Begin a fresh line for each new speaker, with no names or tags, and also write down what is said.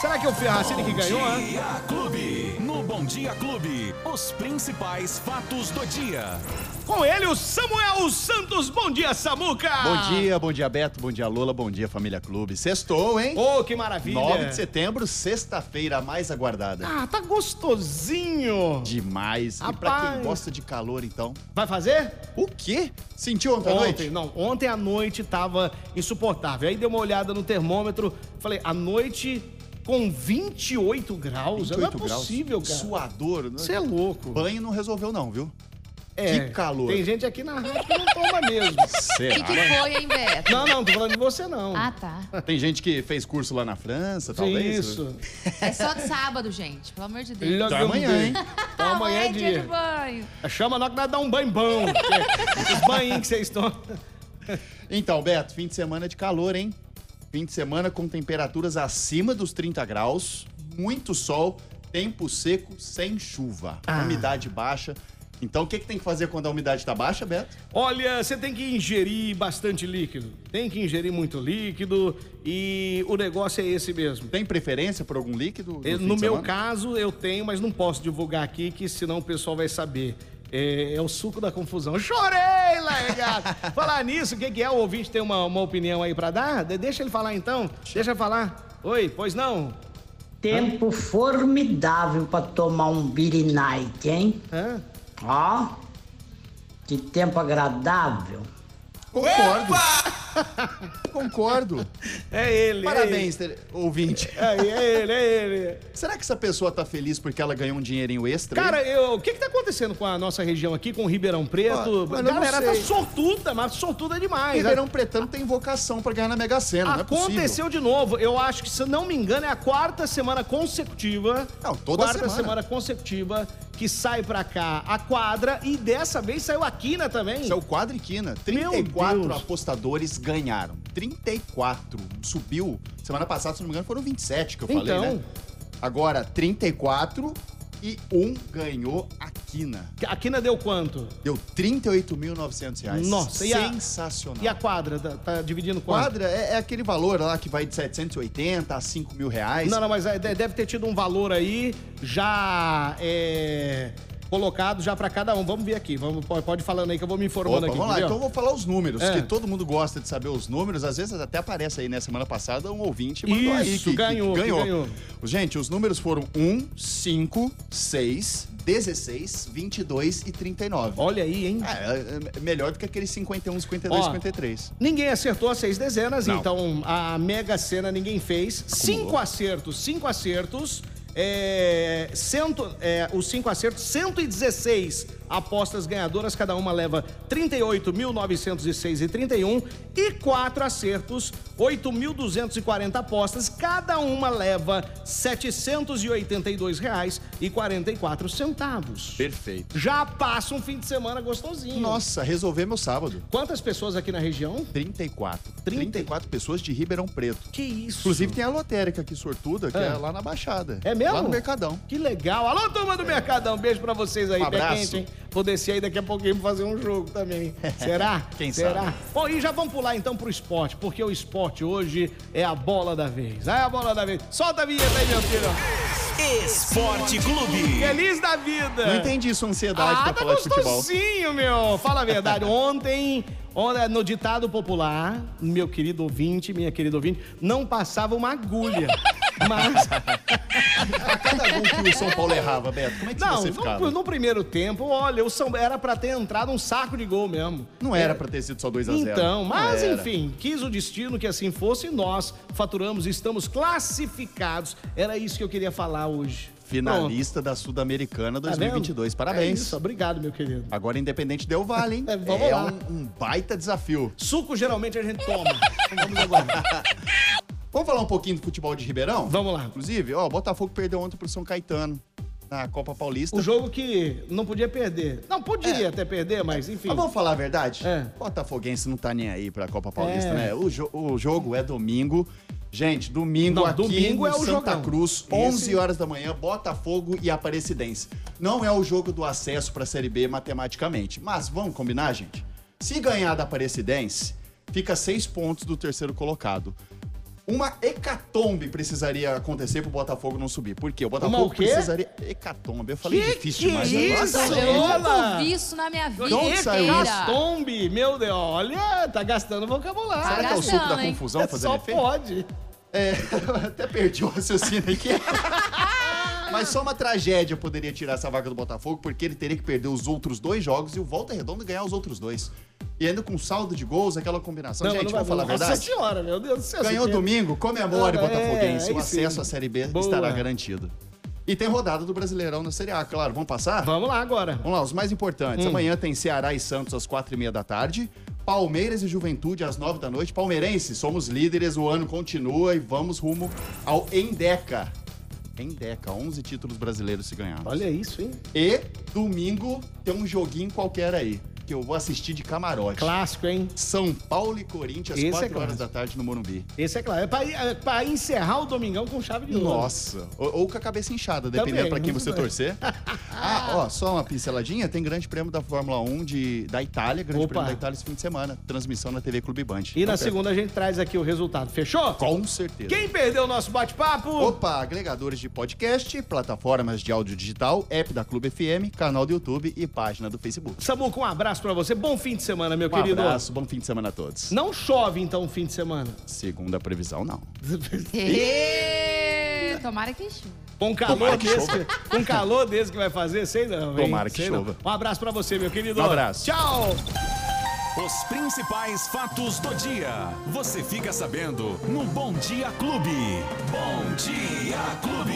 Será que é o Ferracini que ganhou,
Bom
hein?
Dia Clube. No Bom Dia Clube, os principais fatos do dia.
Com ele, o Samuel Santos. Bom dia, Samuca!
Bom dia, bom dia Beto, bom dia Lola, bom dia Família Clube. Sextou, hein?
Ô, que maravilha!
9 de setembro, sexta-feira a mais aguardada.
Ah, tá gostosinho!
Demais. E pra
Rapaz.
quem gosta de calor, então.
Vai fazer?
O quê? Sentiu ontem à
Ontem,
noite?
não, ontem à noite tava insuportável. Aí dei uma olhada no termômetro, falei, à noite com 28 graus? não é
28 graus,
possível, cara.
Suador. né?
Você é louco.
Banho não resolveu, não, viu?
É,
que calor.
Tem gente aqui na rádio que não toma mesmo.
O que,
Será?
que foi, hein, Beto?
Não, não, tô falando de você não.
Ah, tá.
Tem gente que fez curso lá na França, talvez.
Isso.
É só de sábado, gente. Pelo amor de Deus. Ah,
Então
Então é amanhã, hein?
Então amanhã é
dia de
dia.
banho.
Chama nós que nós dá um banho bom. porque Os banhinhos que vocês estão.
Então, Beto, fim de semana de calor, hein? Fim de semana com temperaturas acima dos 30 graus, muito sol, tempo seco, sem chuva,
Ah.
umidade baixa. Então, o que, que tem que fazer quando a umidade está baixa, Beto?
Olha, você tem que ingerir bastante líquido. Tem que ingerir muito líquido e o negócio é esse mesmo.
Tem preferência por algum líquido? No,
Eu,
fim
No
de
meu
semana?
caso, eu tenho, mas não posso divulgar aqui, que senão o pessoal vai saber. É, é o suco da confusão. Chorei, largado! falar nisso, o que, que é? O ouvinte tem uma, uma opinião aí pra dar? De- deixa ele falar então. Deixa ele falar. Oi, pois não?
Tempo formidável pra tomar um Billy Night, hein?
Hã?
Ó, que tempo agradável.
Concordo. Concordo.
É ele.
Parabéns, ter- ouvinte.
É ele, é ele, é ele.
Será que essa pessoa tá feliz porque ela ganhou um dinheirinho extra?
Cara, eu- o que que tá acontecendo com a nossa região aqui, com o Ribeirão Preto?
Ah, mas eu não
Galera, tá
sei.
sortuda, mas sortuda demais.
Ribeirão Pretano tem vocação pra ganhar na Mega Sena, não é possível.
Aconteceu de novo. Eu acho que, se eu não me engano, é a quarta semana consecutiva.
Não, toda
quarta
semana.
consecutiva que sai pra cá a quadra e dessa vez saiu a quina também.
Isso é o quadriquina.
Meu
34
Deus.
apostadores ganharam. 34. Subiu. Semana passada, se não me engano, foram 27 que eu falei,
Então.
né? Agora, 34 e um ganhou a quina.
A quina deu quanto?
Deu 38.900 reais.
Nossa, e a-
Sensacional.
E a quadra? Tá, tá dividindo quanto?
quadra é, é aquele valor lá que vai de 780 a 5 mil reais.
Não, não, mas é, de- deve ter tido um valor aí já é, colocado já pra cada um. Vamos ver aqui. Vamos, pode pode ir falando aí que eu vou me informando
Opa,
aqui.
vamos lá,
entendeu?
então eu vou falar os números,
É.
que todo mundo gosta de saber os números. Às vezes até aparece aí, né? Semana passada, um ouvinte mandou aí.
Isso, ganhou, que ganhou.
Gente, os números foram 1, 5, 6, 16, 22 e 39.
Olha aí, hein?
É, é, é melhor do que aqueles 51, 52,
Ó.
53.
Ninguém acertou as seis dezenas,
Não.
então a Mega Sena ninguém fez. Cinco acertos, cinco acertos. É, cento, é, os cinco acertos, 116 apostas ganhadoras, cada uma leva 38.906,31 e quatro acertos, 8.240 apostas, cada uma leva R$ 782,44.
Perfeito.
Já passa um fim de semana gostosinho.
Nossa, resolveu meu sábado.
Quantas pessoas aqui na região?
34.
30.
34 pessoas de Ribeirão Preto.
Que isso?
Inclusive tem a lotérica aqui, sortuda, que
É.
é lá na Baixada.
É mesmo?
Lá no Mercadão.
Que legal. Alô, turma do Mercadão. Beijo pra vocês aí.
Um
Pé
abraço.
quente, hein? Vou descer aí daqui a pouquinho pra fazer um jogo também. Será?
Quem
Será?
sabe?
Bom, e já vamos pular então pro esporte, porque o esporte hoje é a bola da vez. É a bola da vez. Solta a vinheta aí, meu filho.
Esporte Clube.
Feliz da vida.
Não entendi sua ansiedade
É. Ah,
pra
tá
falar de futebol.
gostosinho, meu. Fala a verdade. Ontem, ontem, no ditado popular, meu querido ouvinte, minha querida ouvinte, não passava uma agulha. Mas
Cada
um
gol que o São Paulo errava, Beto, como é que
Não,
você ficava?
no, no primeiro tempo, olha, o São era pra ter entrado um saco de gol mesmo.
Não era pra ter sido só 2x0.
Então, mas enfim, quis o destino que assim fosse e nós faturamos, estamos classificados. Era isso que eu queria falar hoje.
Finalista da Sul-Americana
Pronto, tá vendo?
2022.
É
Parabéns.
isso, obrigado, meu querido.
Agora Independente Del Vale, hein?
É, vamos lá.
um, um baita desafio.
Suco geralmente a gente toma. Então Vamos agora.
Vamos falar um pouquinho do futebol de Ribeirão?
Vamos lá.
Inclusive, ó, o Botafogo perdeu ontem pro São Caetano na Copa Paulista.
O jogo que não podia perder. Não, podia até perder, mas enfim.
É. Mas vamos falar a verdade?
É.
Botafoguense não tá nem aí pra Copa Paulista,
É.
né? O, jo- o jogo é domingo. Gente, domingo
Não,
aqui
domingo
no
é o
Santa
jogão.
Cruz,
Esse-
11 horas da manhã, Botafogo e Aparecidense. Não é o jogo do acesso pra Série B matematicamente, mas vamos combinar, gente? Se ganhar da Aparecidense, fica seis pontos do terceiro colocado. Uma hecatombe precisaria acontecer pro Botafogo não subir. Por quê? O Botafogo
o quê?
precisaria. Hecatombe. Eu falei
Que
difícil
que
demais
é
agora.
isso?
Nossa,
Nossa,
eu
Lola.
nunca vi isso na minha vida
Ah. onde saiu isso?
inteira.
Gastombe, meu Deus, olha, tá gastando vocabulário.
Será que é o
Cagastão,
suco da
hein?
confusão fazendo
Só
efeito?
pode.
É, até perdi o raciocínio aqui. Mas só uma tragédia poderia tirar essa vaga do Botafogo, porque ele teria que perder os outros dois jogos e o Volta Redonda ganhar os outros dois. E ainda com saldo de gols, aquela combinação. Então, Gente,
vai-
vamos falar a
Nossa
verdade?
senhora, meu Deus do céu.
Ganhou
você tem-
domingo, comemore,
É,
Botafoguense.
aí
o
sim.
acesso à Série B
Boa.
estará garantido. E tem rodada do Brasileirão na Série A, claro. Vamos passar?
Vamos lá agora.
Vamos lá, os mais importantes.
Hum.
Amanhã tem Ceará e Santos às quatro e meia da tarde. Palmeiras e Juventude às nove da noite. Palmeirense, somos líderes, o ano continua e vamos rumo ao Endeca. Endeca, 11 títulos brasileiros se ganharam.
Olha isso, hein?
E domingo tem um joguinho qualquer aí, que eu vou assistir de camarote.
Clássico, hein?
São Paulo e Corinthians,
Esse
às
é
4 horas
clássico.
da tarde no Morumbi.
Esse é claro. É pra, é pra encerrar o Domingão com chave de ouro.
Nossa, ou, ou com a cabeça inchada, dependendo
Também,
pra quem
muito
você
bem.
torcer. ah, ó, só uma pinceladinha, tem grande prêmio da Fórmula 1 de, da Itália, grande
Opa.
prêmio da Itália esse fim de semana, transmissão na TV Clube Band.
E
Tá
na
perto.
segunda a gente traz aqui o resultado. Fechou?
Com certeza.
Quem perdeu o nosso bate-papo?
Opa, agregadores de podcast, plataformas de áudio digital, app da Clube FM, canal do YouTube e página do Facebook.
Samuco, um abraço pra você. Bom fim de semana, meu
Um
querido.
abraço, bom fim de semana a todos.
Não chove, então, o fim de semana.
Segunda previsão, não.
Ê, Tomara que chuva.
Com calor
Tomara que
desse
chova.
que, com calor desse que vai fazer, sei não. hein?
Tomara que
Sei não.
chova.
Um abraço pra você, meu querido.
Um abraço.
Tchau.
Os principais fatos do dia. Você fica sabendo no Bom Dia Clube. Bom Dia Clube.